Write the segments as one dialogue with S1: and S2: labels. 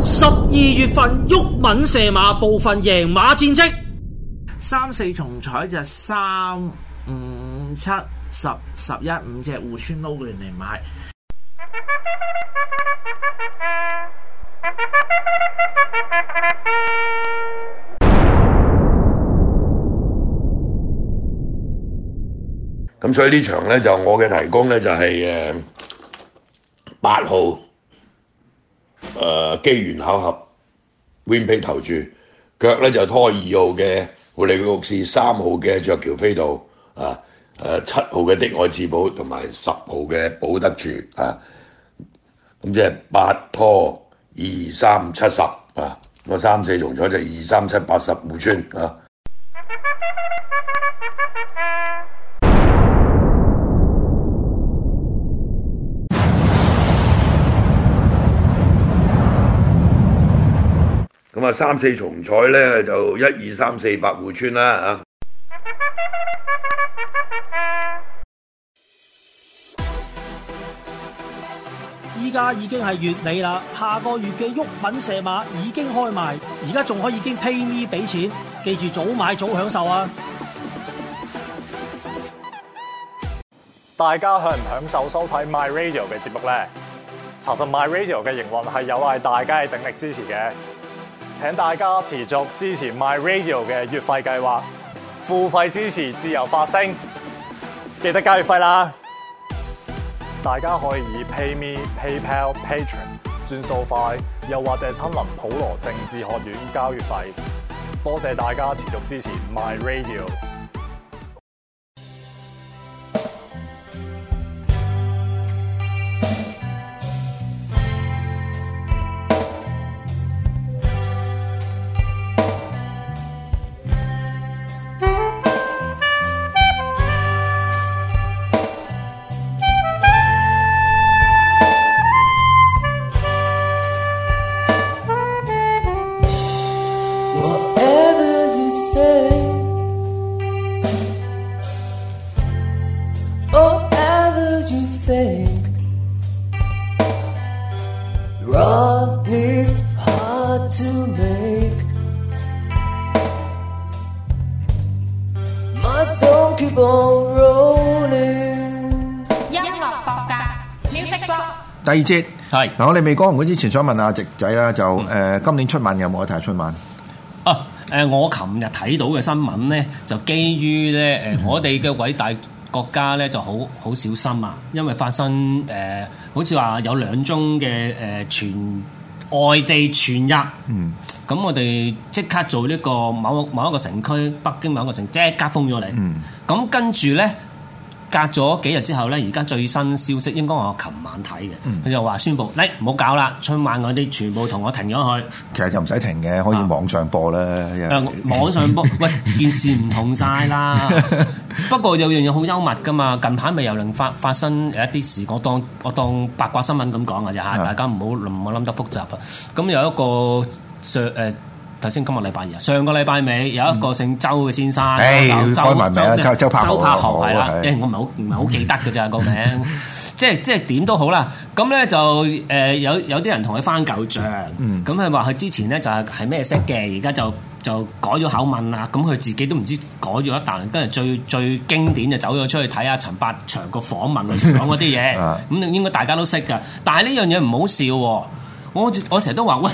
S1: 十二月份鬱敏射馬部分贏馬戰績，
S2: 三四重彩就三五七十十一五隻互村撈亂嚟買。
S3: 咁所以呢場咧就我嘅提供咧就係誒八號誒、呃機緣巧合 Win 皮投注，腳咧就拖二號嘅護理局士，三號嘅雀橋飛度啊，誒七號嘅的愛至寶同埋十號嘅保德住啊，咁即係八拖二三七十啊，我三四重彩就二三七八十互村啊。咁啊，三四重彩咧就一二三四百户村啦啊嚇。
S1: 依家已經係月尾啦，下個月嘅鬱敏射馬已經開賣，而家仲可以經 pay me 俾錢，記住早買早享受啊！
S4: 大家享唔享受收睇 My Radio 嘅節目呢？查實 My Radio 嘅營運係有賴大家嘅鼎力支持嘅，請大家持續支持 My Radio 嘅月費計劃，付費支持自由發聲，記得交月費啦！大家可以以 PayMe、PayPal、Patron 轉數快，又或者親臨普羅政治學院交月費。多謝大家持續支持 My Radio。
S5: Whatever you say, or ever you think, wrong is hard to make. My stone keep on rolling.
S6: 音樂博格 music blog。
S7: 第二節
S8: 係
S7: 嗱，我哋未講完嗰之前，想問下直仔啦，就誒、
S6: 嗯
S7: 呃今年春晚有冇得睇春晚？
S8: 啊！誒、我琴日睇到嘅新聞咧，就基於咧誒，我哋嘅偉大國家咧就好好小心啊，因為發生誒、呃好似話有兩宗嘅誒、呃傳外地傳入，嗯，咁我哋即刻做呢個某某一個城區，北京某一個城即刻封咗你，嗯，咁跟住咧。隔咗幾日之後咧，而家最新消息應該我琴晚睇嘅，佢、就話宣布，嚟唔好搞啦，春晚嗰啲全部同我停咗佢。
S7: 其實就唔使停嘅，可以
S8: 啊
S7: 網上播啦。
S6: 啊
S7: 因為
S8: 誒啊網上播，喂件事唔同晒啦。不過有樣嘢好幽默噶嘛，近排咪又令發發生有一啲事，我當我當八卦新聞咁講嘅啫嚇，
S7: 係
S8: 大家唔好唔好諗得複雜啊。咁有一個上誒頭先今日禮拜二啊，上個禮拜尾有一個姓周嘅先生，
S7: 唉
S8: 周
S7: 開埋名啦周周柏豪啊
S8: 周柏豪係啦
S7: 好，係
S8: 因為我唔係好唔係好記得嘅咋個名。 即係即係點都好啦，咁咧就誒、呃有有啲人同佢翻舊帳，
S7: 嗯
S8: 咁佢話佢之前咧就係係咩色嘅，而家就就改咗口吻啦，咁佢自己都唔知改咗一啖，跟住最最經典就走咗出去睇下陳百祥個訪問佢講嗰啲嘢，
S7: 啊
S8: 咁應該大家都識噶，但係呢樣嘢唔好笑喎，我我成日都話喂。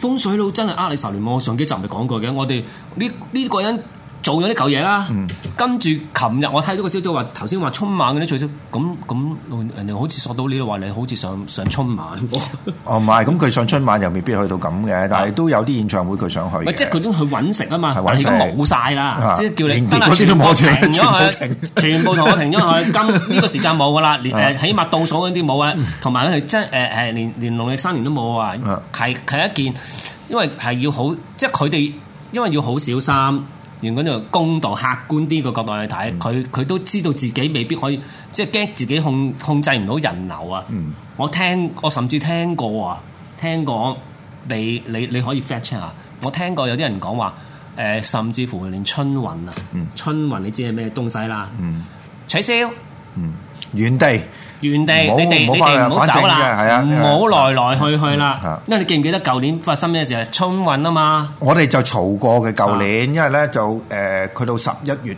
S8: 風水佬真係呃你十年，我上幾集咪講過嘅，我哋呢呢個人做咗呢嚿嘢啦，
S7: 嗯
S8: 跟住琴日我睇到個消息話，頭先話春晚嗰啲最少，咁咁人哋好似索到你話你好似上上春晚 喎，
S7: 哦，唔係，咁佢上春晚又未必去到咁嘅，
S6: 啊
S7: 但係都有啲演唱會佢想去
S8: 咪
S7: 嘅。
S8: 即係佢都去揾食啊嘛
S7: 係，
S8: 但
S7: 揾
S8: 係
S7: 食
S8: 而家冇晒啦
S7: 啊，
S8: 即係叫你
S7: 連
S8: 得啦，
S7: 嗰啲都
S8: 全部
S7: 冇
S8: 停
S7: 全部
S8: 咗
S7: 停
S8: 佢，全部同我停咗佢，今呢個時間冇噶啦，連誒起碼倒數嗰啲冇啊，同埋佢哋真誒誒連連農曆新年都冇啊
S7: 啊，
S8: 係係一件，因為係要好，即係佢哋因為要好小心。用嗰種公道、客觀啲嘅角度去睇，佢佢都知道自己未必可以，即係驚自己控控制唔到人流啊！我聽，我甚至聽過啊，聽過你你你可以 fact check 下，我聽過有啲人講話，誒、甚至乎連春運啊，春運你知係咩東西啦，取消。
S7: 原地
S6: 原地，
S7: 唔好
S6: 你哋
S7: 唔好
S6: 你
S7: 翻
S6: 哋
S7: 去啊
S6: 唔好走啦，
S7: 反正嘅係啊
S6: 唔好來來去去
S7: 啊
S6: 啦。因為你記唔記得舊年發生咩事啊？春運啊嘛，
S7: 我哋就嘈過嘅舊
S6: 嗯
S7: 年，因為咧就誒，呃佢、到十一月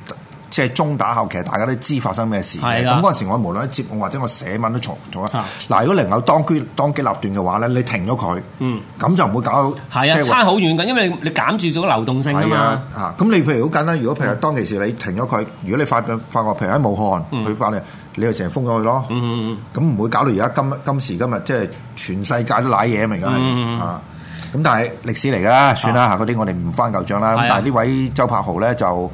S7: 即係中打後，其實大家都知發生咩事嘅。
S6: 係
S7: 咁
S6: 啦
S7: 嗰陣時，我無論喺節目或者我寫文都嘈咗。嗱、
S6: 啊
S7: 如果能夠當機當機立斷嘅話咧，你停咗佢，
S6: 嗯，
S7: 咁就唔會搞到
S6: 係啊，
S7: 即係
S6: 差好遠㗎，因為你你減住咗流動性啊
S7: 係
S6: 嘛嗯
S7: 啊。，嚇！咁你譬如好簡單，如果譬如當其時你停咗佢，如果你發發覺譬如喺武漢，佢翻嚟，你就成日封咗佢咯。
S6: 嗯嗯嗯
S7: 咁唔會搞到而家今今時今日即係全世界都賴嘢明㗎
S6: 嗯
S7: 係啊！咁但係歷史嚟㗎啦，算啦嚇，嗰啲我哋唔翻舊帳啦。
S6: 啊
S7: 咁
S6: 係啊
S7: 但係呢位周柏豪咧就，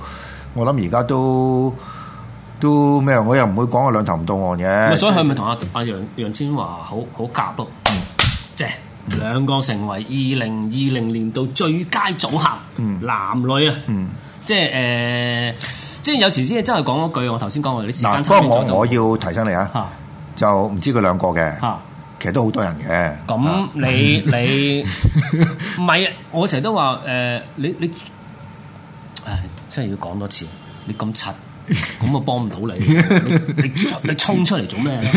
S7: 我諗而家都都咩啊？我又唔會講我兩頭唔到岸
S6: 嗯，咪
S7: 嘅。
S6: 所以佢咪同阿阿楊楊千嬅好好夾咯，即係兩個成為二零二零年度最佳組合，男女啊，即係誒，即係有時先真係講嗰句，我頭先講話你時間
S7: 嗱，
S6: 差
S7: 不
S6: 唔
S7: 過
S6: 多
S7: 我我要提醒你啊
S6: 嚇，
S7: 就唔知佢兩個嘅，
S6: 嚇。
S7: 其實都好多人嘅。
S6: 咁你你唔係啊！我成日都話誒、呃你你唉，真係要講多次，你咁柒，咁我幫唔到你，你你你衝出嚟做咩咧？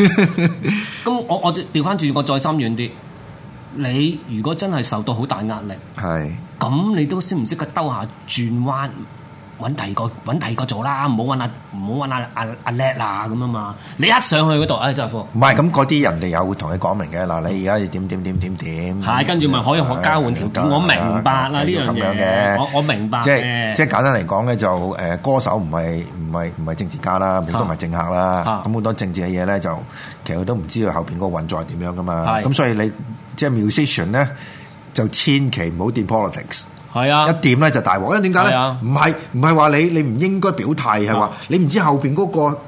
S6: 咁我我調翻轉，我再深遠啲，你如果真係受到好大壓力，
S7: 係。
S6: 咁你都識唔識得兜下轉彎？揾第二個揾第二個做啦，唔好揾阿唔好揾阿阿阿叻啦咁啊嘛！你一上去嗰度，唉、真係
S7: 唔係咁嗰啲人哋又會同你講明嘅嗱，你而家要點點點點點，
S6: 嗯
S7: 啊
S6: 係跟住咪可以學交換條件我明白啦呢樣嘢
S7: 咁樣嘅，
S6: 我我明白
S7: 即係
S6: 嘅
S7: 即係簡單嚟講咧，就誒歌手唔係唔係唔係政治家啦，好多唔係政客啦
S6: 啊，
S7: 咁好多政治嘅嘢咧，就其實佢都唔知道後邊嗰個運作係點樣噶嘛，
S6: 係
S7: 咁所以你即係 musician 咧，就千祈唔好掂 politics。
S6: 係啊
S7: 一，點咧就大鑊，因為點解
S6: 係
S7: 咧
S6: 啊？
S7: 唔係唔係話你你唔應該表態，係話
S6: 啊
S7: 你唔知後邊嗰個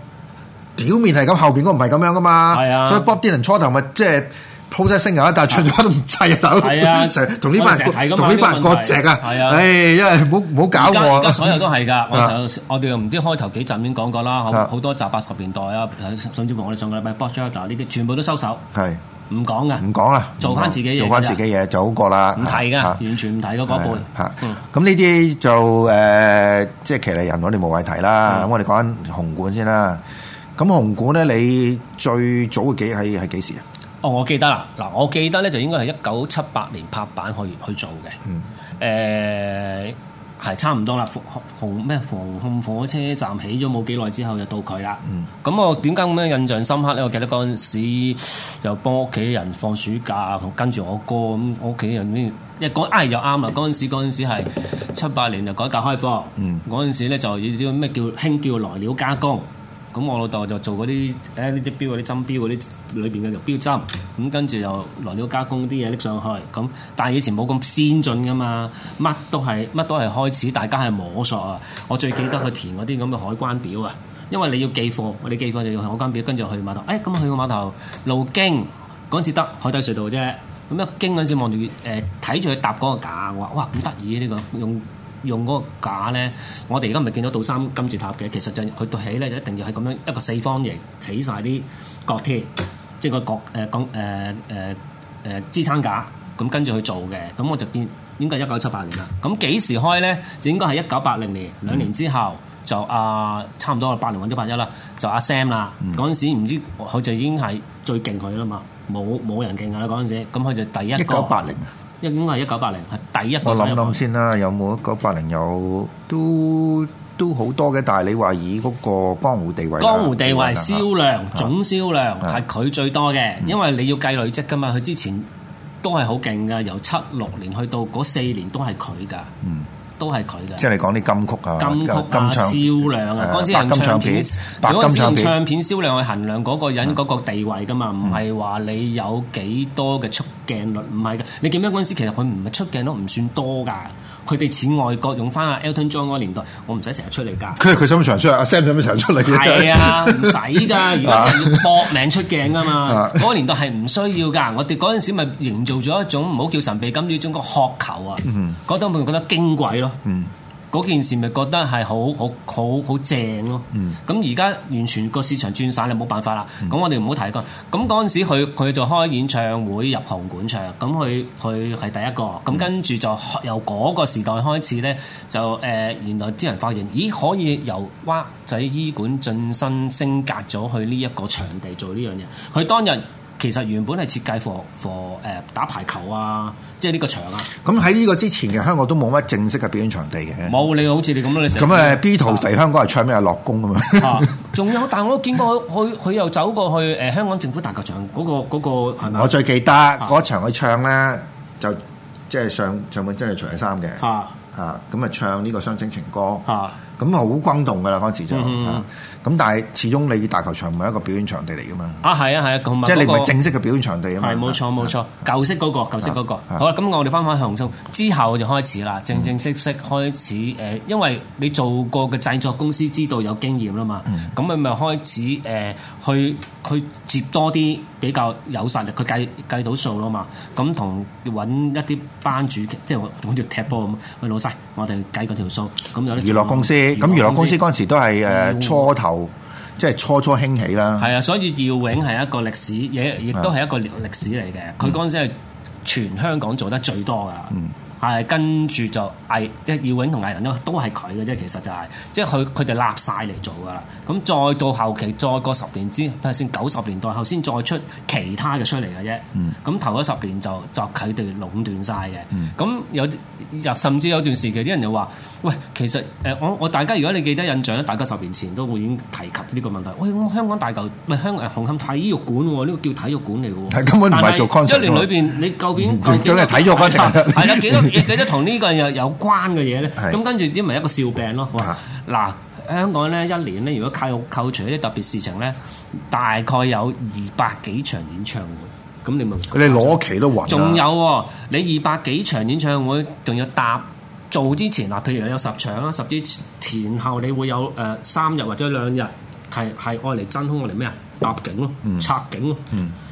S7: 表面係咁，後邊嗰個唔係咁樣噶嘛。
S6: 係啊
S7: 所以 Bob Dylan 初頭咪即係 protesting 啊，但係唱咗都唔制啊，大佬。
S6: 係啊
S7: 成日 同呢班
S6: 我哋成日睇㗎
S7: 人
S6: 嘛
S7: 同呢班人
S6: 呢個
S7: 割
S6: 問題
S7: 席啊。
S6: 係啊
S7: 唉，因為唔好唔好搞
S6: 而家而家
S7: 我。
S6: 所有都係㗎，我
S7: 啊
S6: 就我哋又唔知開頭幾集已經講過啦，好
S7: 啊
S6: 好多集八十年代啊，甚至乎我哋上個禮拜 Bob Shelter 呢啲全部都收手，
S7: 係
S6: 唔講㗎，
S7: 唔講啦，
S6: 做翻自己嘢㗎
S7: 做翻自己嘢就好過啦。
S6: 唔提㗎，
S7: 啊
S6: 完全唔提嗰嗰一輩
S7: 係
S8: Ừ.
S7: 啊
S6: 嗯
S7: 咁呢啲就誒、即係騎呢人，我哋無謂提啦。咁我哋講緊紅館先啦。咁紅館咧，你最早嘅幾係係幾時啊？
S6: 哦，我記得啦，嗱，我記得咧就應該係一九七八年拍板去去做嘅，誒、
S7: 嗯
S6: 係差唔多啦，防紅咩防控火車站起咗冇幾耐之後就到佢啦。
S7: 嗯
S6: 咁、我點解咁樣印象深刻咧？我記得嗰陣時又幫屋企人放暑假，同跟住我哥咁，我屋企人呢一講，唉又啱啦！嗰陣時嗰陣時係七八年就改革開放，嗰陣、時咧就要啲咩叫興叫來料加工。咁我老豆就做嗰啲誒呢啲錶嗰啲針錶嗰啲裏邊嘅錶針，咁跟住又來料加工啲嘢拎上去，咁但係以前冇咁先進噶嘛，乜都係乜都係開始，大家係摸索啊！我最記得佢填嗰啲咁嘅海關表啊，因為你要寄貨，你寄貨就要海關表，跟住去碼頭，誒、咁去個碼頭路經嗰陣時得海底隧道啫，咁一經嗰陣時望住誒睇住佢搭嗰個架，我話哇咁得意呢個用。用嗰個架咧，我哋而家咪見到倒三金字塔嘅，其實就佢對起咧就一定要係咁樣一個四方形起晒啲角鐵，即係個角誒講誒誒誒呃支撐架，咁跟住去做嘅。咁我就見應該係一九七八年啦。咁幾時開咧？就應該係一九八零年，兩年之後。就啊，差唔多八零或者八一啦，就阿 Sam 啦。
S7: 嗯
S6: 嗰陣、時唔知佢就已經係最勁佢啦嘛，冇冇人勁噶啦嗰陣時。咁佢就第一個
S7: 一九八零，
S6: 應應該係一九八零，係第一個
S7: 我
S6: 走
S7: 諗
S6: 入去
S7: 諗先啦，有冇一九八零有都都好多嘅，但係你話以嗰個江湖地位啦，
S6: 江湖地位、
S7: 嚇
S6: 銷量、總銷量
S7: 啊
S6: 係佢最多嘅，
S7: 嗯
S6: 因為你要計累積噶嘛。佢之前都係好勁噶，由七六年去到嗰四年都係佢噶，都係佢
S7: 嗯即係
S6: 噶。
S7: 你講啲金曲啊，
S6: 金曲
S7: 金
S6: 啊，
S7: 唱
S6: 銷量啊，
S7: 係
S6: 嗰陣時
S7: 白
S6: 用
S7: 金唱
S6: 唱
S7: 片
S6: 片，
S7: 白
S6: 嗰陣
S7: 金
S6: 時
S7: 唱
S6: 用
S7: 片。
S6: 唱片銷量去衡量嗰個人嗰個地位噶嘛，唔係話你有幾多嘅出鏡率，唔係嘅。你記唔記得嗰陣時其實佢唔係出鏡率唔算多㗎，佢哋似外國用翻阿 Elton John 嗰個年代，我唔使成日出嚟 㗎。
S7: 佢佢想唔想出嚟？阿 Sam 想唔想出嚟？
S6: 係 啊，唔使噶，而家係要搏命出鏡噶
S7: 啊
S6: 嘛。嗰個年代係唔需要噶，我哋嗰陣時咪營造咗一種唔好叫神秘感，呢種個渴求啊，嗰種咪覺得矜貴咯。嗰件事咪覺得係好好好好正咯。
S7: 嗯
S6: 咁而家完全個市場轉晒啦，冇辦法啦。咁、我哋唔好提過。咁嗰陣時佢佢就開演唱會入紅館唱，咁佢佢係第一個。
S7: 嗯
S6: 咁跟住就由嗰個時代開始咧，就誒、呃原來啲人發現，咦可以由灣仔醫館晉身升格咗去呢一個場地做呢樣嘢。佢當日。其實原本係設計 for for 誒打排球啊，即係呢個場啊，
S7: 咁喺呢個之前嘅香港都冇乜正式嘅表演場地嘅。
S6: 冇你好似你咁咯，你成
S7: 嗯咁
S6: 日
S7: 誒 B 圖嚟香港係唱咩啊？落工啊嘛。
S6: 啊， 仲有，但我都見過佢，佢佢又走過去誒、呃香港政府大球場嗰、個嗰、個係咪啊？
S7: 我最記得嗰場佢唱咧，就即係上上半真係除咗衫嘅，
S6: 啊
S7: 啊咁啊唱呢個《雙星情歌》，
S6: 啊
S7: 咁好轟動噶啦嗰陣時就，
S6: 嗯
S7: 啊咁但係始終你大球場唔係一個表演場地嚟噶嘛，
S6: 啊係啊係啊，同埋
S7: 即係你唔
S6: 嗰個
S7: 係正式嘅表演場地啊嘛，
S6: 係冇錯冇錯，舊式嗰、個舊式嗰、個。
S7: 啊啊
S6: 好啦，咁我哋翻返去紅中之後就開始啦，正正式式開始誒、呃因為你做過嘅製作公司知道有經驗啦嘛，
S7: 嗯
S6: 咁佢咪開始誒、呃去去接多啲比較有實力，佢計計到數啦嘛，咁同揾一啲班主即係好似踢波咁，喂老細，我哋計嗰條數，咁有啲
S7: 娛樂公司，咁娛樂公司嗰陣時都係誒初頭，即係初初興起啦，
S6: 嗯係啊，所以耀永係一個歷史，亦亦都係一個歷史嚟嘅。佢嗰陣時係全香港做得最多噶，係、跟住就藝即係耀永同藝人都都係佢嘅啫。其實就係、即係佢佢哋立晒嚟做噶啦。咁再到後期，再過十年之，睇下先九十年代後先再出其他嘅出嚟嘅啫。
S7: 嗯
S6: 咁、頭嗰十年就就佢哋壟斷晒嘅。咁、有有甚至有段時期啲人就話：喂，其實誒、呃我我大家如果你記得印象咧，大家十年前都會已經提及呢個問題。喂，咁香港大球唔係香港紅磡體育館喎，呢、個叫體育館嚟嘅喎。
S7: 係根本唔係
S6: 但
S7: 做 concert 嗯
S6: 一年裏邊，你究竟究竟
S7: 總係體育 concert
S6: 係啦，幾多幾多同呢個有有關嘅嘢咧？
S7: 係
S6: 咁跟住啲咪一個笑柄咯。哇
S7: 啊
S6: 嗱，香港咧一年咧，如果扣扣除一啲特別事情咧，大概有二百幾場演唱會。咁你咪
S7: 佢哋攞旗都暈啦，啊
S6: 仲有喎，你二百幾場演唱會，仲要搭做之前嗱，譬如你有十場啊啦，十之前後你會有誒、呃三日或者兩日係係愛嚟真空，愛嚟咩啊？搭景咯，拆景咯，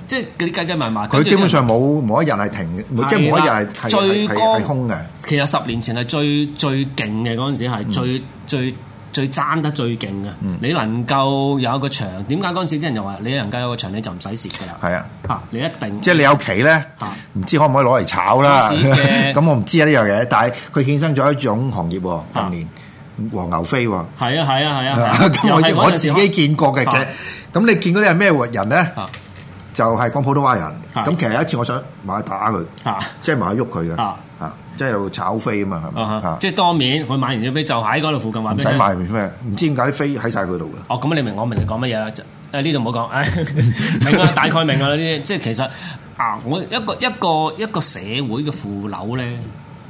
S6: 即係你計計埋埋。
S7: 嗯佢基本上冇冇一日係停嘅，即係冇一日係係係
S6: 最
S7: 係
S6: 高
S7: 係空嘅。
S6: 其實十年前係最最勁嘅嗰陣時
S7: 嗯
S6: 係最最最爭得最勁嘅。你能夠有一個場，點解嗰陣時啲人就話你能夠有個場你就唔使蝕㗎啦？
S7: 係啊，
S6: 嚇你一定
S7: 即係你有旗咧
S6: 啊，
S7: 唔知可唔可以攞嚟炒啦？
S6: 公司嘅 啊
S7: 咁我唔知啊呢樣嘢，但係佢衍生咗一種行業喎，近年黃牛飛喎。
S6: 係啊係啊係 啊！
S7: 咁
S6: 又係
S7: 我
S6: 嗰
S7: 我
S6: 陣時
S7: 自
S6: 開
S7: 己見過嘅
S6: 啊
S7: 嘅，咁你見嗰啲係咩人咧
S6: 啊？
S7: 就係講普通話人。
S6: 啊
S7: 咁其實有一次我想買打佢
S6: 啊，
S7: 即係買喐佢嘅
S6: 啊，
S7: 啊，即係度炒飛啊嘛，係咪
S6: 啊哈
S7: 啊？
S6: 即係當面佢買完張飛就喺嗰度附近話
S7: 唔
S6: 俾
S7: 使
S6: 你聽。
S7: 買咩？唔知點解啲飛喺晒佢度嘅。
S6: 哦，咁你明我明你講乜嘢啦？就誒呢度唔好講，唉 明啦，大概明啦呢啲。即係其實啊，我一個一個一個社會嘅腐朽咧，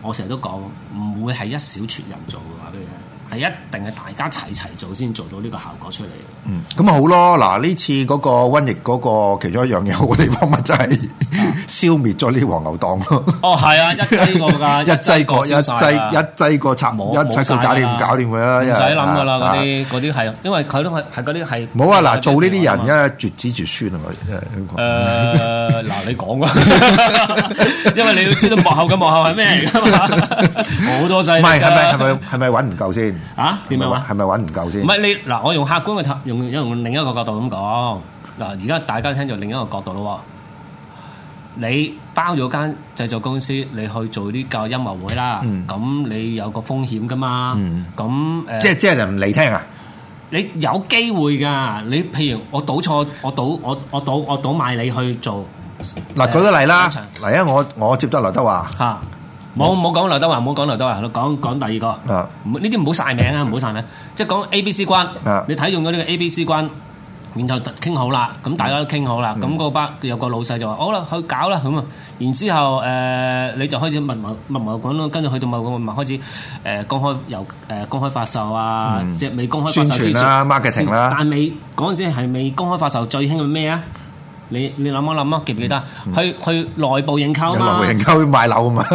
S6: 我成日都講唔會係一小撮人做嘅話俾你聽，係一定係大家齊齊做先做到呢個效果出嚟嘅。
S7: 嗯咁咪好咯，嗱呢次嗰個瘟疫嗰個其中一樣嘢好嘅地方咪就
S6: 啊
S7: 係 消滅咗呢啲黃牛檔咯。
S6: 哦，係 啊，一劑過㗎，
S7: 一劑過一
S6: 劑過
S7: 劑
S6: 燒晒㗎
S7: 一劑過拆，
S6: 冇
S7: 一
S6: 冇晒
S7: 劑過搞
S6: 㗎
S7: 掂
S6: 啦
S7: 搞掂佢啦，
S6: 唔使諗㗎啦，
S7: 啊
S6: 嗰啲嗰啲係，因為佢都係係嗰啲係
S7: 冇啊！嗱，做呢啲人
S6: 啊
S7: 而家絕子絕孫啊！我真係香港
S6: 誒嗱，你講 啊，因為你要知道幕後嘅幕後係咩嚟 㗎嘛，好多細
S7: 唔
S6: 力
S7: 係係
S6: 㗎
S7: 咪係咪係咪揾唔夠先？
S6: 啊點樣啊
S7: 係咪揾唔夠先？
S6: 唔係你嗱，我用客觀嘅態用用另一個角度咁講嗱，而家大家聽就另一個角度咯喎。你包咗間製作公司，你去做呢個音樂會啦，咁、你有個風險噶嘛？咁誒、
S7: 即係即係人唔嚟聽啊！
S6: 你有機會㗎。你譬如我賭錯，我賭我我賭我賭買你去做
S7: 嗱，舉個例啦
S6: 通常，
S7: 嗱，因為我我接得劉德華，
S6: 嚇，冇冇講劉德華，冇講劉德華，講講第二個。
S7: 啊
S6: 唔呢啲唔好晒名啊，唔好晒名。即係講 A、B、C 關
S7: 啊，
S6: 你睇中咗呢個 A、B、C 關，然後傾好啦，咁大家都傾好啦，
S7: 嗯
S6: 咁個班有個老細就話：好啦，去搞啦咁啊。然之後誒，你就開始密謀密謀講咯，跟住去到某個密謀開始誒公開由誒公開發售啊，即係未公開發售之
S7: 嗯
S6: 前
S7: 宣傳啦，marketing 啦
S6: 但未嗰陣時係未公開發售最興嘅咩啊？你你諗一諗啊，記唔記得？去去內部認購
S7: 有
S6: 啊嘛
S7: 來。回人溝賣樓啊嘛，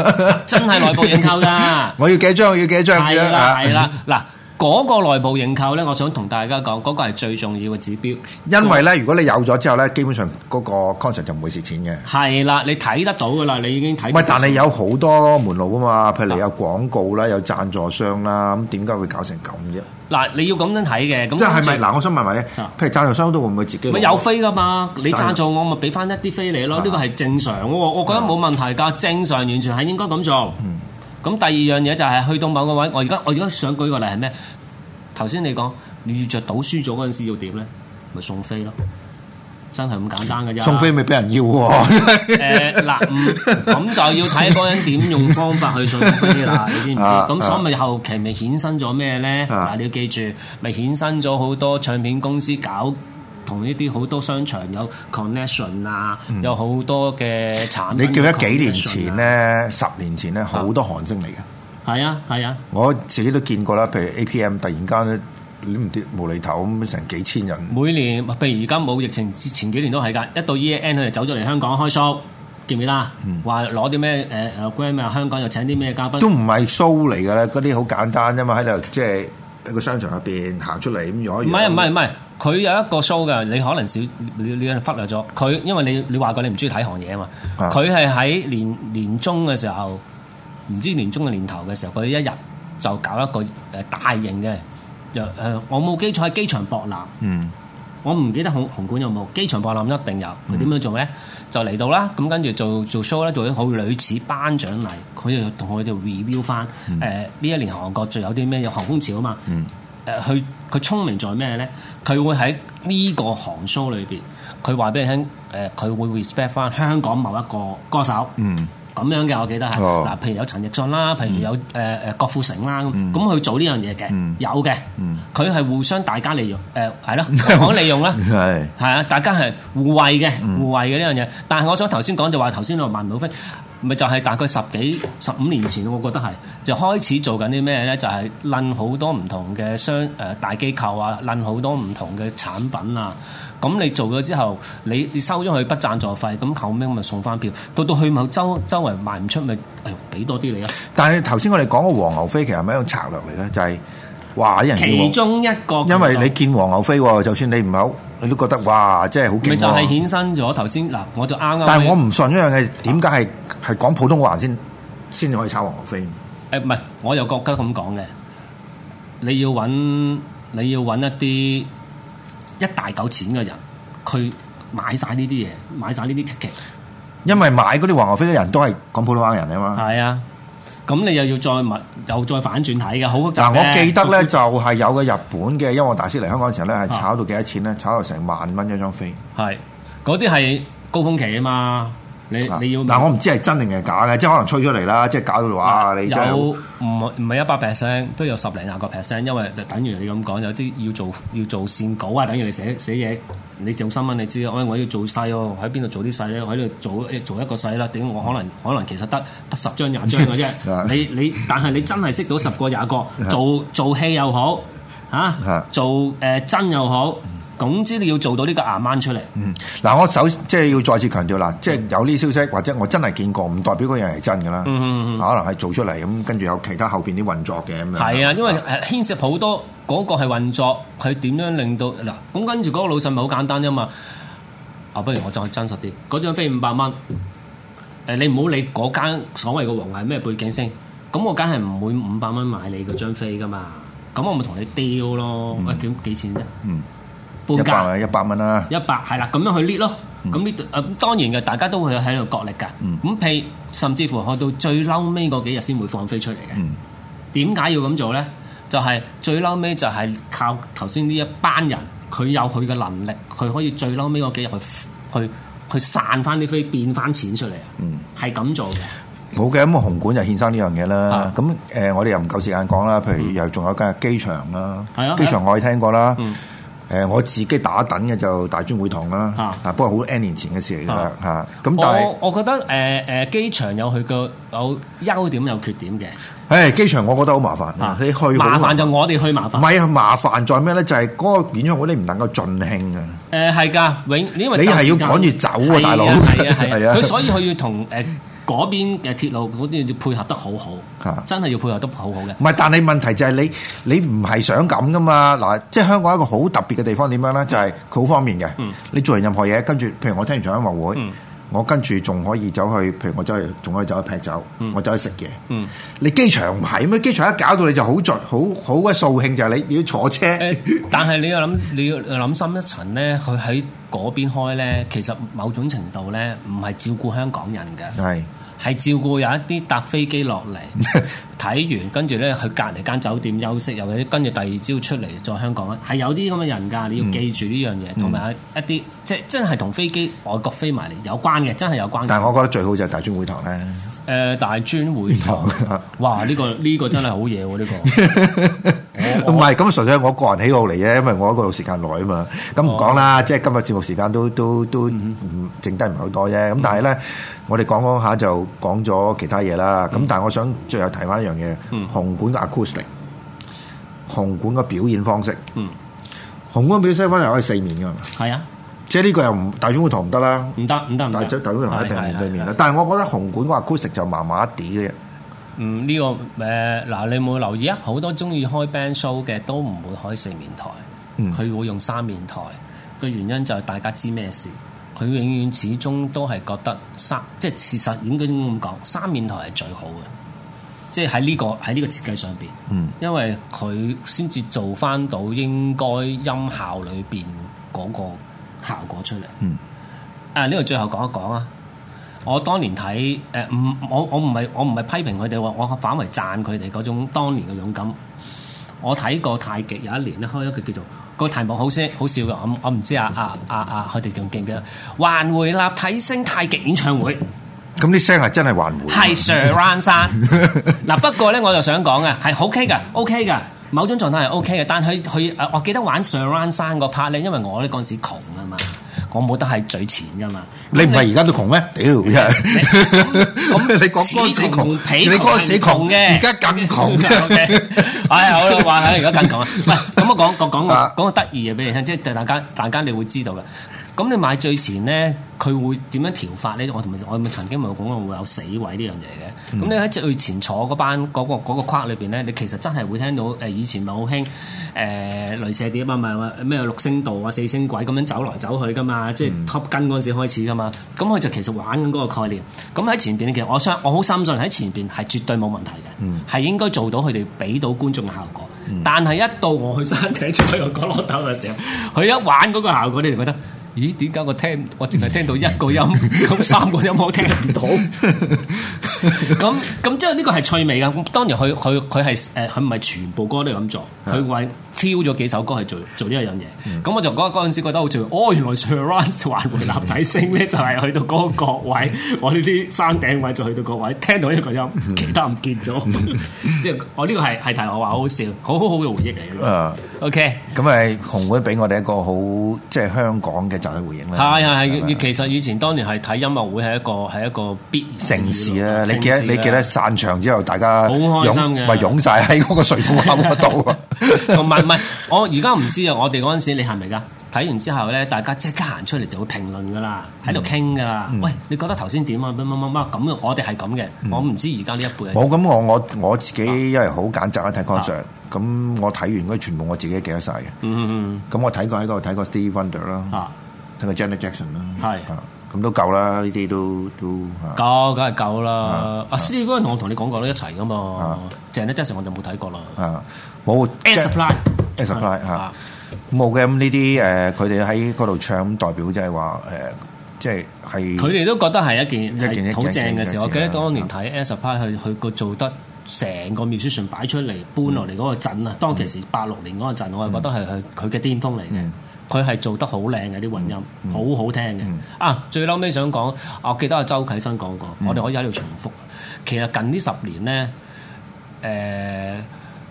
S6: 真係內部認購㗎
S7: 。我要幾張，我要幾張咁
S6: 係
S7: 樣
S6: 啦
S7: 啊
S6: 係啦，嗱嗰個內部認購咧，我想同大家講，嗰、個係最重要嘅指標。
S7: 因為咧，如果你有咗之後咧，基本上嗰個 concept 就唔會蝕錢嘅。
S6: 係啦，你睇得到噶啦，你已經睇。
S7: 喂，但係有好多門路噶嘛，譬
S6: 啊
S7: 如你有廣告啦，有贊助商啦，咁點解會搞成咁啫？
S6: 嗱，你要咁樣睇嘅，咁
S7: 即係咪
S6: 最
S7: 嗱？我想問埋你，
S6: 啊
S7: 譬如贊助商都會唔會自己攞？
S6: 咪有飛噶嘛？你
S7: 贊
S6: 贊助我咪俾翻一啲飛你
S7: 啊
S6: 咯，呢個係正常嘅喎，我覺得冇問題㗎，正常完全係應該咁做。
S7: 嗯
S6: 咁第二樣嘢就係去到某個位，我而家我而家想舉個例係咩？頭先你講你遇着賭輸咗嗰陣時要點咧？咪送飛咯，真係咁簡單㗎啫。哦
S7: 送飛咪俾人要喎？
S6: 誒呃嗱，唔咁就要睇嗰個人點用方法去信服飛 啦，你知唔知？
S7: 啊
S6: 咁
S7: 啊
S6: 所以咪後期咪衍生咗咩咧？
S7: 啊
S6: 嗱，你要記住，咪衍生咗好多唱片公司搞。同呢啲好多商場有 connection 啊，有好多嘅產
S7: 嗯你
S6: 品。啊
S7: 記得幾年前？咧，十年前咧，好多韓星嚟嘅，
S6: 係啊，係啊，
S7: 我自己都見過啦。譬如 APM 突然間咧，你唔知無厘頭咁成幾千人，
S6: 每年譬如而家冇疫情之前幾年都係㗎，一到 E N 佢就走咗嚟香港開 show，記唔記得啊？話攞啲咩誒誒 Grammy 啊香港又請啲咩嘉賓
S7: 嗯都？唔係 show 嚟㗎啦，嗰啲好簡單啫嘛，喺度即係喺個商場入邊行出嚟咁樣。
S6: 唔係唔係唔係，佢有一個 show 嘅，你可能少你你忽略咗佢，因為你你話過你唔中意睇行嘢啊嘛。
S7: 啊
S6: 佢係喺年年中嘅時候，唔知年中嘅年頭嘅時候，佢一日就搞一個誒大型嘅，就誒我冇記錯係機場博覽。
S7: 嗯
S6: 我唔記得紅紅館有冇，機場博覽一定有。
S7: 嗯
S6: 佢點樣做咧？就嚟到啦，咁跟住做做 show 咧，做啲好類似頒獎禮，佢就同我哋 review 翻
S7: 嗯
S6: 誒呢一年韓國最有啲咩有航空潮啊嘛。誒佢佢聰明在咩咧？佢會喺呢個行 show 裏邊，佢話俾你聽誒，佢會 respect 翻香港某一個歌手。
S7: 嗯。
S6: 咁樣嘅，我記得係
S7: 哦
S6: 啊嗱，譬如有陳奕迅啦，譬如有誒誒郭富城啦，咁佢做呢樣嘢嘅，有嘅，佢係互相大家利用，誒係咯，講利用啦，
S7: 係嗯
S6: 係啊，大家係互惠嘅，互惠嘅呢樣嘢。但係我想頭先講就話頭先我萬寶飛，咪就係大概十幾十五年前，我覺得係就開始做緊啲咩咧？就係撚好多唔同嘅商誒、呃大機構啊，撚好多唔同嘅產品啊。咁你做咗之後，你你收咗佢筆贊助費，咁後尾咪送翻票。到到去某周周圍賣唔出，咪哎呦俾多啲你啊！
S7: 但係頭先我哋講個黃牛飛其實係咪一種策略嚟咧？就係、哇！啲人叫
S6: 其
S7: 我
S6: 中一個渠道，
S7: 因為你見黃牛飛喎，就算你唔好，你都覺得哇，真係好
S6: 咪
S7: 勁
S6: 就係
S7: 喎。
S6: 衍生咗頭先嗱，我就啱啱。
S7: 但係我唔信一樣嘢，點解係係講普通話先先至可以炒黃牛飛？
S6: 誒唔係，我又覺得咁講嘅，你要揾你要揾一啲一大嚿錢嘅人，佢買晒呢啲嘢，買晒呢啲 ticket，
S7: 因為買嗰啲黃牛飛嘅人都係講普通話人啊嘛。
S6: 係啊，咁你又要再物又再反轉睇嘅，好複雜
S7: 嗱，
S6: 嘅
S7: 我記得咧就係有個日本嘅音樂大師嚟香港嘅時候
S6: 啊
S7: 咧，係炒到幾多錢咧？炒到成萬蚊一張飛。
S6: 係嗰啲係高峰期啊嘛，你
S7: 嗱
S6: 你要
S7: 嗱，我唔知係真定係假嘅，即係可能吹出嚟啦，即係搞到哇！啊你真係
S6: 啊有
S7: 好
S6: 唔係唔係一百 percent 都有十零廿個 percent，因為等於你咁講，有啲要做要做線稿啊，等於你寫寫嘢，你做新聞你知啊，我我要做細喎，喺邊度做啲細咧？我喺度做誒做一個細啦，頂我可能可能其實得得十張廿張嘅
S7: 啊
S6: 啫，你你但係你真係識到十個廿個，做做戲又好嚇，
S7: 啊
S6: 做誒、呃真又好，總之你要做到呢個 amount 出嚟，
S7: 嗱，我首即係要再次強調啦，即係有呢啲消息或者我真係見過，唔代表嗰樣係真㗎啦。
S6: 嗯
S7: 可能係做出嚟咁，跟住有其他後邊啲運作嘅咁樣。
S6: 係啊，因為誒牽涉好多嗰個係運作，佢點樣令到嗱咁跟住嗰個老細咪好簡單啫嘛。啊，不如我再真實啲，嗰張飛五百蚊。誒，你唔好理嗰間所謂嘅黃係咩背景先，咁我梗係唔會五百蚊買你嗰張飛噶嘛。咁我咪同你丟咯，喂、幾幾錢啫？
S7: 嗯，
S6: 半
S7: 一
S6: 價
S7: 百一百蚊啦。
S6: 一百係啦，咁樣去 lead 咯。
S7: 嗯
S6: 咁呢度誒當然嘅，大家都會喺度角力㗎。咁、譬如甚至乎去到最嬲尾嗰幾日先會放飛出嚟嘅。
S7: 嗯
S6: 點解、要咁做咧？就係、最嬲尾就係靠頭先呢一班人，佢有佢嘅能力，佢可以最嬲尾嗰幾日去去去散翻啲飛，變翻錢出嚟啊！
S7: 嗯
S6: 係咁、做嘅。
S7: 冇嘅，咁紅館就獻生呢樣嘢啦
S6: 啊。
S7: 咁誒、我哋又唔夠時間講啦。譬如又仲有間機場啦，
S6: 嗯係啊
S7: 機場我哋聽過啦。誒
S6: 嗯、
S7: 我自己打躉嘅就大專會堂啦。
S6: 啊
S7: 啊，不過好 N 年前嘅事嚟㗎啦。嚇、咁但係
S6: 我。我覺得誒誒、機場有佢個有優點有缺點嘅。
S7: 誒機場我覺得好麻煩，
S6: 啊
S7: 你去好
S6: 麻煩就我哋去麻
S7: 唔
S6: 煩。
S7: 係啊，麻煩在咩咧？就係、嗰個演唱會你唔能夠盡興啊！
S6: 呃誒係㗎，永因為
S7: 你係
S6: 就時間
S7: 要趕住走喎大佬
S6: 係啊係啊
S7: 係
S6: 係
S7: 啊
S6: 啊，佢所以佢要同誒嗰邊嘅鐵路嗰啲要配合得好
S7: 啊
S6: 好，真係要配合得好好嘅。
S7: 唔係，但係問題就係你你唔係想咁噶嘛？嗱，即係香港一個好特別嘅地方點樣咧？就係佢好方便嘅。你做完任何嘢，跟住譬如我聽完場音樂會，我跟住仲可以走去，譬如我走去仲可以走去劈酒，我走去食嘢。你機場唔係咩？機場一搞到你就好盡，好好嘅掃興就係你你要坐車。
S6: 誒，呃但係你要諗，你要諗深一層咧，佢喺嗰邊開咧，其實某種程度咧，唔係照顧香港人嘅，
S7: 係
S6: 係照顧有一啲搭飛機落嚟 睇完，跟住咧去隔離間酒店休息，又或者跟住第二朝出嚟再香港，啊係有啲咁嘅人㗎，你要記住呢樣
S7: 嗯
S6: 嘢，同埋、一啲即係真係同飛機外國飛埋嚟有關嘅，真係有關嘅。
S7: 但係我覺得最好就係大專會堂咧。
S6: 誒、大專會堂
S7: 堂，
S6: 哇！呢、個呢、個真係好嘢喎，呢、 個我
S7: 唔係，咁純粹係我個人喜好嚟嘅，因為我喺嗰度時間耐啊嘛。咁唔講啦，即係今日節目時間都都都唔剩低唔係好多啫。咁但係咧，我哋講講下就講咗其他嘢啦。咁但係我想最後提翻一樣嘢，紅館嘅 acoustic，紅館嘅表演方式。
S6: 嗯，
S7: 紅館表演方式係可以四面噶嘛，
S6: 係啊，
S7: 即係呢個又唔大專會堂唔得啦。
S6: 唔得唔得唔
S7: 大
S6: 得，
S7: 專大專會堂一定係面對面
S6: 係係
S7: 啊
S6: 係
S7: 啦。但係我覺得紅館個 acoustic 就麻麻地嘅啫。
S6: 嗯，呢、個誒嗱、你有冇留意啊？好多中意開 band show 嘅都唔會開四面台，
S7: 嗯
S6: 佢、會用三面台。個原因就係大家知咩事，佢永遠始終都係覺得三，即係事實應該咁講，三面台係最好嘅。即係喺呢個喺呢個設計上邊，
S7: 嗯
S6: 因為佢先至做翻到應該音效裏邊嗰個效果出嚟。
S7: 嗯
S6: 啊，呢度最後講一講啊。我當年睇誒唔，我我唔係我唔係批評佢哋喎，我反為讚佢哋嗰種當年嘅勇敢。我睇過太極有一年咧，開咗個叫做個題目好些好笑嘅，我我唔知啊啊啊啊，佢哋仲記唔記得？環回立體聲太極演唱會。
S7: 咁啲聲係真係還回。
S6: 係 surround 山。嗱，不過咧我就想講嘅係 OK 嘅，OK 嘅。某種狀態係 OK 嘅，但佢佢呃誒，我記得玩 surround 山個 part 咧，因為我咧嗰陣時窮啊嘛，我冇得係最錢噶嘛。
S7: 你唔係而家都窮咩？屌真係！
S6: 咁
S7: 你講嗰陣時窮，
S6: 彼
S7: 你嗰陣時窮
S6: 嘅，
S7: 而家更窮
S6: OK，唉，哎好啦，話係而家更窮啊！唔係，咁我講講講個
S7: 啊
S6: 講個得意嘅俾你聽，即係大家大家你會知道嘅。咁你買最前咧，佢會點樣調法咧？我同我咪曾經咪有講過會有死位呢樣嘢嘅。咁你喺最前坐嗰班嗰、個嗰個框裏邊咧，你其實真係會聽到誒以前咪好興誒雷射碟啊，咪話咩六星道啊、四星軌咁樣走來走去噶嘛，即係 Top 跟嗰陣時開始噶嘛。咁佢就其實玩緊嗰個概念。咁喺前邊其實我相我好深信喺前邊係絕對冇問題嘅，係、應該做到佢哋俾到觀眾嘅效果。但係一到我去山頂坐個角落頭嘅時候，佢一玩嗰個效果，你就覺得。咦？點解我聽我淨係聽到一個音，咁三個音我聽唔到？咁咁即係呢個係趣味㗎。咁當然佢佢佢係誒佢唔係全部歌都係咁做，
S7: 嗯
S6: 佢為挑咗幾首歌係做做呢一樣嘢。咁我就嗰嗰陣時覺得好似哦，原來 surround 環回立體聲咧就係去到嗰個角 位，我呢啲山頂位就去到個位，聽到一個音，
S7: 嗯
S6: 其他唔見咗。 即係我呢個係係題我話好好笑，好好好嘅回憶嚟嘅。
S7: 啊
S6: OK。
S7: 咁咪紅館俾我哋一個好即係香港嘅集體回應啦。啊
S6: 係係
S7: 係咪
S6: 係，其實以前當年係睇音樂會係一個係一個必
S7: 城市啦，啊你記
S6: 記
S7: 得你記得散場之後，大家
S6: 好開心
S7: 湧
S6: 嘅
S7: 咪湧晒喺嗰個隧道口嗰度啊！
S6: 同埋唔係，我而家唔知啊！我哋嗰陣時，你係咪噶？睇完之後咧，大家即刻行出嚟就會評論噶啦，
S7: 嗯
S6: 喺度傾噶啦。喂，你覺得頭先點啊？乜乜乜乜咁啊？我哋係咁嘅，我唔知而家呢一輩係
S7: 嗯冇咁我我我自己因為好揀擇啊睇 concert，
S6: 啊
S7: 咁我睇完嗰啲全部我自己記得晒嘅。
S6: 嗯嗯
S7: 咁我睇過喺嗰度睇過 Steve Wonder 啦
S6: 嗯，啊，
S7: 睇過 Janet Jackson Ờ. 啦，
S6: 係
S7: 啊咁都夠啦，呢啲都都啊
S6: 夠梗係夠啦
S7: 啊。
S6: 阿 Steve 嗰陣我同你講過啦，一齊噶嘛
S7: 啊。
S6: 鄭德真成我就冇睇過啦。
S7: 啊冇
S6: Air Supply
S7: Ờ.
S6: Ờ.
S7: Air Supply 嚇
S6: 啊。
S7: 冇嘅，咁呢啲誒佢哋喺嗰度唱，咁代表就係話誒，即係係
S6: 佢哋都覺得係一件
S7: 一件
S6: 係好正嘅事。我記得
S7: 一件啊
S6: 當年睇 S p a 佢佢個做得成個 musician 擺出嚟搬落嚟嗰個陣啊，當其時八六年嗰個陣，我係覺得係佢佢嘅巔峰嚟嘅
S7: 嗯。
S6: 佢係做得好靚嘅啲混音，好好聽嘅。啊，最嬲尾想講，我記得阿周啟生講過，我哋可以喺度重複。啊其實近呢十年呢。誒、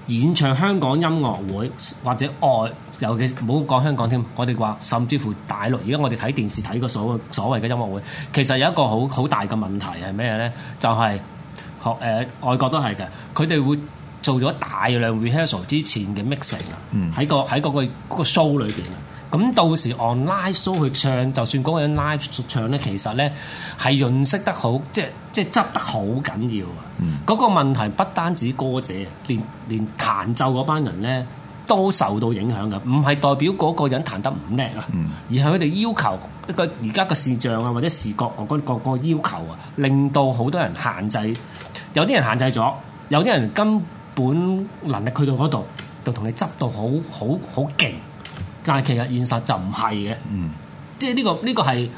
S6: 演唱香港音樂會或者外，尤其唔好講香港添，我哋話甚至乎大陸，而家我哋睇電視睇個所謂所謂嘅音樂會，其實有一個好好大嘅問題係咩呢？就係學誒外國都係嘅，佢哋會做咗大量 rehearsal 之前嘅 mixing 啊、喺個喺嗰個嗰個 show 裏邊啊。咁到時 on live show 去唱，就算嗰個人 live 唱咧，其實咧係潤色得好，即係即係執得好緊要啊！嗰、個問題不單止歌者，連連彈奏嗰班人咧。都受到影響嘅，唔係代表嗰個人彈得唔叻啊，而係佢哋要求一個而家嘅視像啊或者視覺嗰個嗰個要求啊，令到好多人限制，有啲人限制咗，有啲人根本能力去到嗰度，就同你執到好好好勁，但係其實現實就唔係嘅，
S7: 嗯
S6: 即係呢、個呢、個係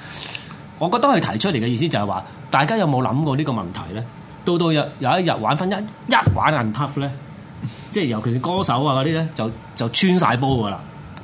S6: 我覺得佢提出嚟嘅意思就係話，大家有冇諗過呢個問題咧？到到有有一日玩翻一一玩硬 p u f 咧？即係尤其是歌手啊嗰啲咧，就就穿晒煲噶啦，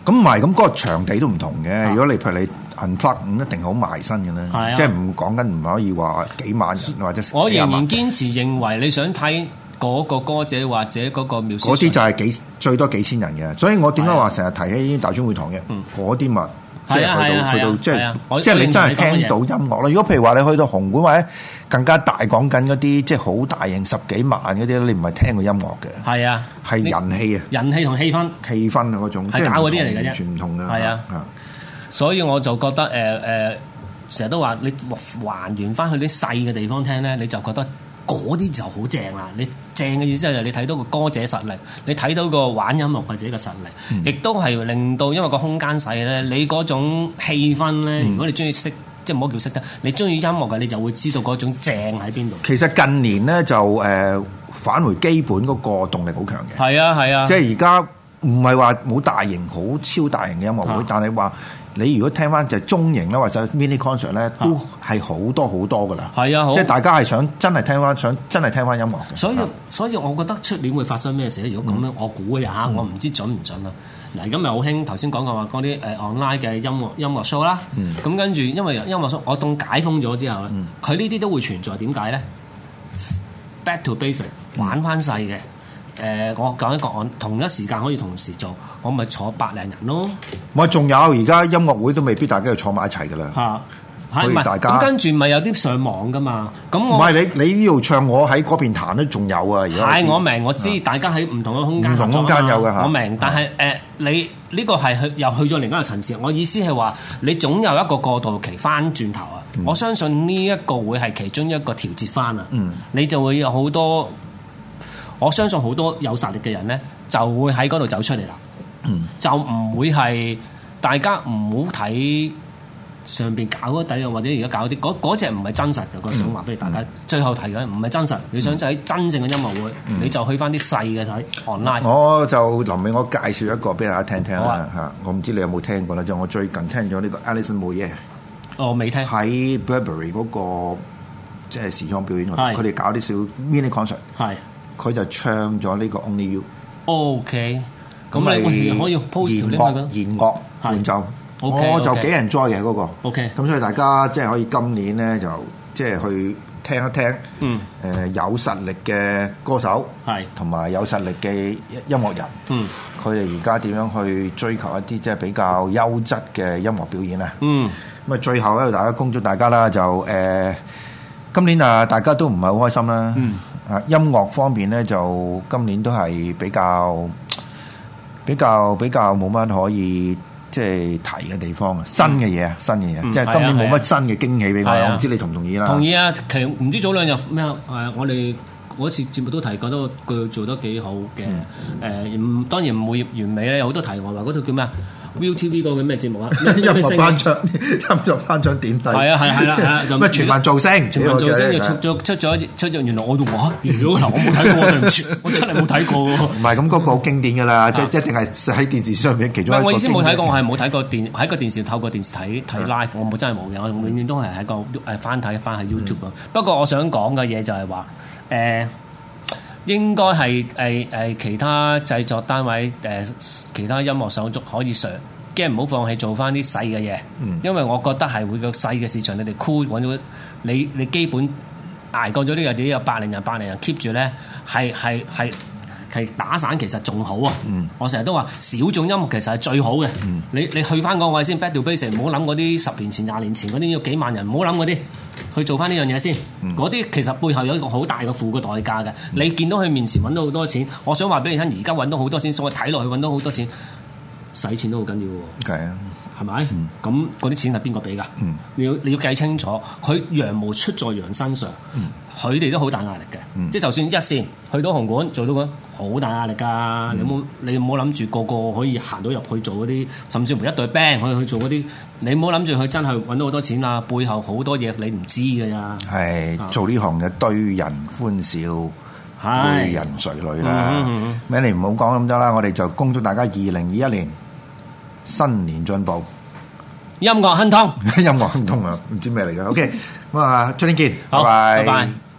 S7: 咁唔係，咁嗰個場地都唔同嘅。
S6: Ờ.
S7: 如果你譬如你 unplug，咁一定好埋身嘅
S6: 係
S7: 啦
S6: 啊，
S7: 即係唔講緊唔可以話幾萬人或者
S6: 我
S7: 幾
S6: 仍
S7: 廿萬
S6: 然堅持認為你想睇嗰個歌者或者嗰個描述
S7: 嗰啲就係幾最多幾千人嘅，所以我點解話成日提起大專會堂嘅嗰啲物，即係
S6: 啊嗯係啊
S7: 去
S6: 係啊
S7: 到去到
S6: 係啊
S7: 即
S6: 係啊我
S7: 係即係你真係聽到音樂啦。如果譬如話你去到紅館或者更加大講緊嗰啲即係好大型十幾萬嗰啲，你唔係聽個音樂嘅，
S6: 係啊，
S7: 係人氣啊、
S6: 人氣同氣氛。
S7: 氣氛啊嗰種，
S6: 係
S7: 即唔
S6: 搞嗰
S7: 同
S6: 啲嚟嘅啫
S7: 完全唔同嘅。
S6: 係啊所以我就覺得誒誒，呃成、日都話你還原翻去啲細嘅地方聽咧，你就覺得嗰啲就好正啦。你正嘅意思就係你睇到個歌者實力，你睇到個玩音樂或者嘅實力，亦都係令到因為個空間細咧，你嗰種氣氛咧，如果你中意識。即係唔好叫識得，你中意音樂嘅你就會知道嗰種正喺邊度。
S7: 其實近年咧就誒返回基本嗰個動力好強嘅。
S6: 係啊係啊，
S7: 即係而家唔係話冇大型好超大型嘅音樂會，
S6: 啊
S7: 但係話你如果聽翻就係中型啦，或者 mini concert 咧，都係好多好多噶啦。
S6: 啊係啊好
S7: 即係大家係想真係聽翻，想真係聽翻音樂嘅。
S6: 所以
S7: 啊嗯
S6: 所以我覺得出年會發生咩事咧？如果咁樣，我估嘅嚇，我唔知準唔準啦。嗱，今日好興頭先講過話嗰啲誒 online 嘅音樂音樂 show 啦，
S7: 嗯
S6: 咁、跟住因為音樂 show 我當解封咗之後咧，佢呢啲都會存在，點解咧？Back to basic，玩
S7: 嗯
S6: 翻細嘅。誒、我講一個案，同一時間可以同時做，我咪坐百零人咯
S7: 咪仲有而家音樂會都未必大家要坐埋一齊噶啦。
S6: 嚇，係
S7: 所以
S6: 咪？
S7: 大家
S6: 咁跟住咪有啲上網噶嘛？咁
S7: 唔
S6: 我
S7: 係你你呢度唱，我喺嗰邊彈都仲有啊！而家
S6: 係，我明，我知大家喺唔同嘅空間
S7: 啊唔同
S6: 合作
S7: 空間
S6: 啊嘛
S7: 有嘅嚇啊
S6: 我明，但係誒，你呢個係去又去咗另一個層次。我意思係話，你總有一個過渡期翻轉頭啊！
S7: 嗯
S6: 我相信呢一個會係其中一個調節翻啊！
S7: 嗯
S6: 你就會有好多，我相信好多有實力嘅人咧，就會喺嗰度走出嚟啦。就唔會係大家唔好睇上邊搞嗰底啊，或者而家搞啲嗰嗰只唔係真實嘅，我想話俾大家。最後提緊唔係真實，你想睇真正嘅音樂會，你就去翻啲細嘅睇 online。
S7: 我就臨尾我介紹一個俾大家聽聽
S6: 好
S7: 啦
S6: 啊
S7: 嚇，我唔知你有冇聽過啦，就我最近聽咗呢個 Alison m o y e
S6: 我未聽，
S7: 喺 Burberry 嗰、個即係時裝表演嗰
S6: 係
S7: 度，佢哋搞啲小 mini concert，
S6: 係
S7: 佢就唱咗呢個 Only You，
S6: OK。咁你
S7: 係
S6: 可以 post 條 link
S7: 弦樂
S6: 佢
S7: 弦樂
S6: 係
S7: 伴奏，
S6: OK，
S7: 我就
S6: OK
S7: 幾 enjoy 嘅嗰個。
S6: OK
S7: 咁所以大家即係可以今年咧就即係去聽一聽，
S6: 嗯
S7: 誒有實力嘅歌手，
S6: 係
S7: 同埋有實力嘅音樂人，
S6: 嗯，
S7: 佢哋而家點樣去追求一啲即係比較優質嘅音樂表演啊？
S6: 嗯，
S7: 咁啊，最後咧，大家恭祝大家啦，就誒、呃今年啊，大家都唔係好開心啦。嗯。啊，音樂方面咧，就今年都係比較比較比較冇乜可以。即係提嘅地方啊，新嘅嘢啊，新嘅嘢，即係今年冇乜新嘅驚喜俾我，
S6: 係啊係啊
S7: 我唔知你同唔同意啦。
S6: 同意啊！其實唔知早兩日咩啊？誒，我哋嗰次節目都提過，都佢做得幾好嘅。誒、唔當然唔會完美咧，有好多題外話。嗰套叫咩啊？ViuTV 嗰個叫咩節目啊？咩
S7: 音
S6: 咩
S7: 樂
S6: 星
S7: 頒獎， 音樂頒獎典禮。
S6: 係啊係啊係啦係 啦咁
S7: 咩全民造星，
S6: 全民造星就
S7: 呢個
S6: 出咗出咗出咗，原來我仲哇，如果嗱我冇睇過，對唔住，我真係冇睇過喎。
S7: 唔係咁嗰個好經典㗎啦，即係一定係喺電視上面其
S6: 唔
S7: 中一
S6: 係
S7: 個
S6: 我意思
S7: 經
S6: 冇
S7: 典
S6: 睇過，我係冇睇過電喺個電視透過電視睇睇 live，我冇真係冇嘅，我永
S7: 嗯
S6: 遠都係喺個誒翻睇翻喺 YouTube 啊。不過我想講嘅嘢就係話誒。應該係誒誒其他製作單位誒、其他音樂手足可以上，即係唔好放棄做翻啲細嘅嘢，
S7: 嗯
S6: 因為我覺得係會個細嘅市場，你哋 cool 揾到你你基本捱過咗呢個，自己有百零人百零人 keep 住咧，係係係。係打散其實仲好啊！我成日都話小眾音樂其實係最好嘅。你你去翻嗰個位先，back to basic，唔好諗嗰啲十年前、廿年前嗰啲要幾萬人，唔好諗嗰啲，去做翻呢樣嘢先。嗰啲、其實背後有一個好大嘅付嘅代價嘅。你見到佢面前揾到好多錢，我想話俾你聽，而家揾到好多錢，所謂睇落去揾到好多錢，使錢都好緊要喎。
S7: 係啊，
S6: 係咪？咁嗰啲錢係邊個俾㗎？你要你要計清楚，佢羊毛出在羊身上，佢哋都好大壓力嘅。即係就算一線去到紅館做到嗰好大壓力㗎。你冇你唔好諗住個個可以行到入去做嗰啲，甚至乎一隊 band 可以去做嗰啲。你唔好諗住佢真係揾到好多錢啊！背後好多嘢你唔知㗎咋。啊
S7: 係做呢行嘅堆人歡笑。
S6: 係
S7: 堆人水女啦
S6: 嗯嗯嗯，
S7: 咩你唔好講咁多啦，我哋就恭祝大家二零二一年新年進步，
S6: 音樂亨通。
S7: 音樂亨通啊，唔知咩嚟嘅。OK，咁啊，出年見，
S6: 好
S7: 拜
S6: 拜拜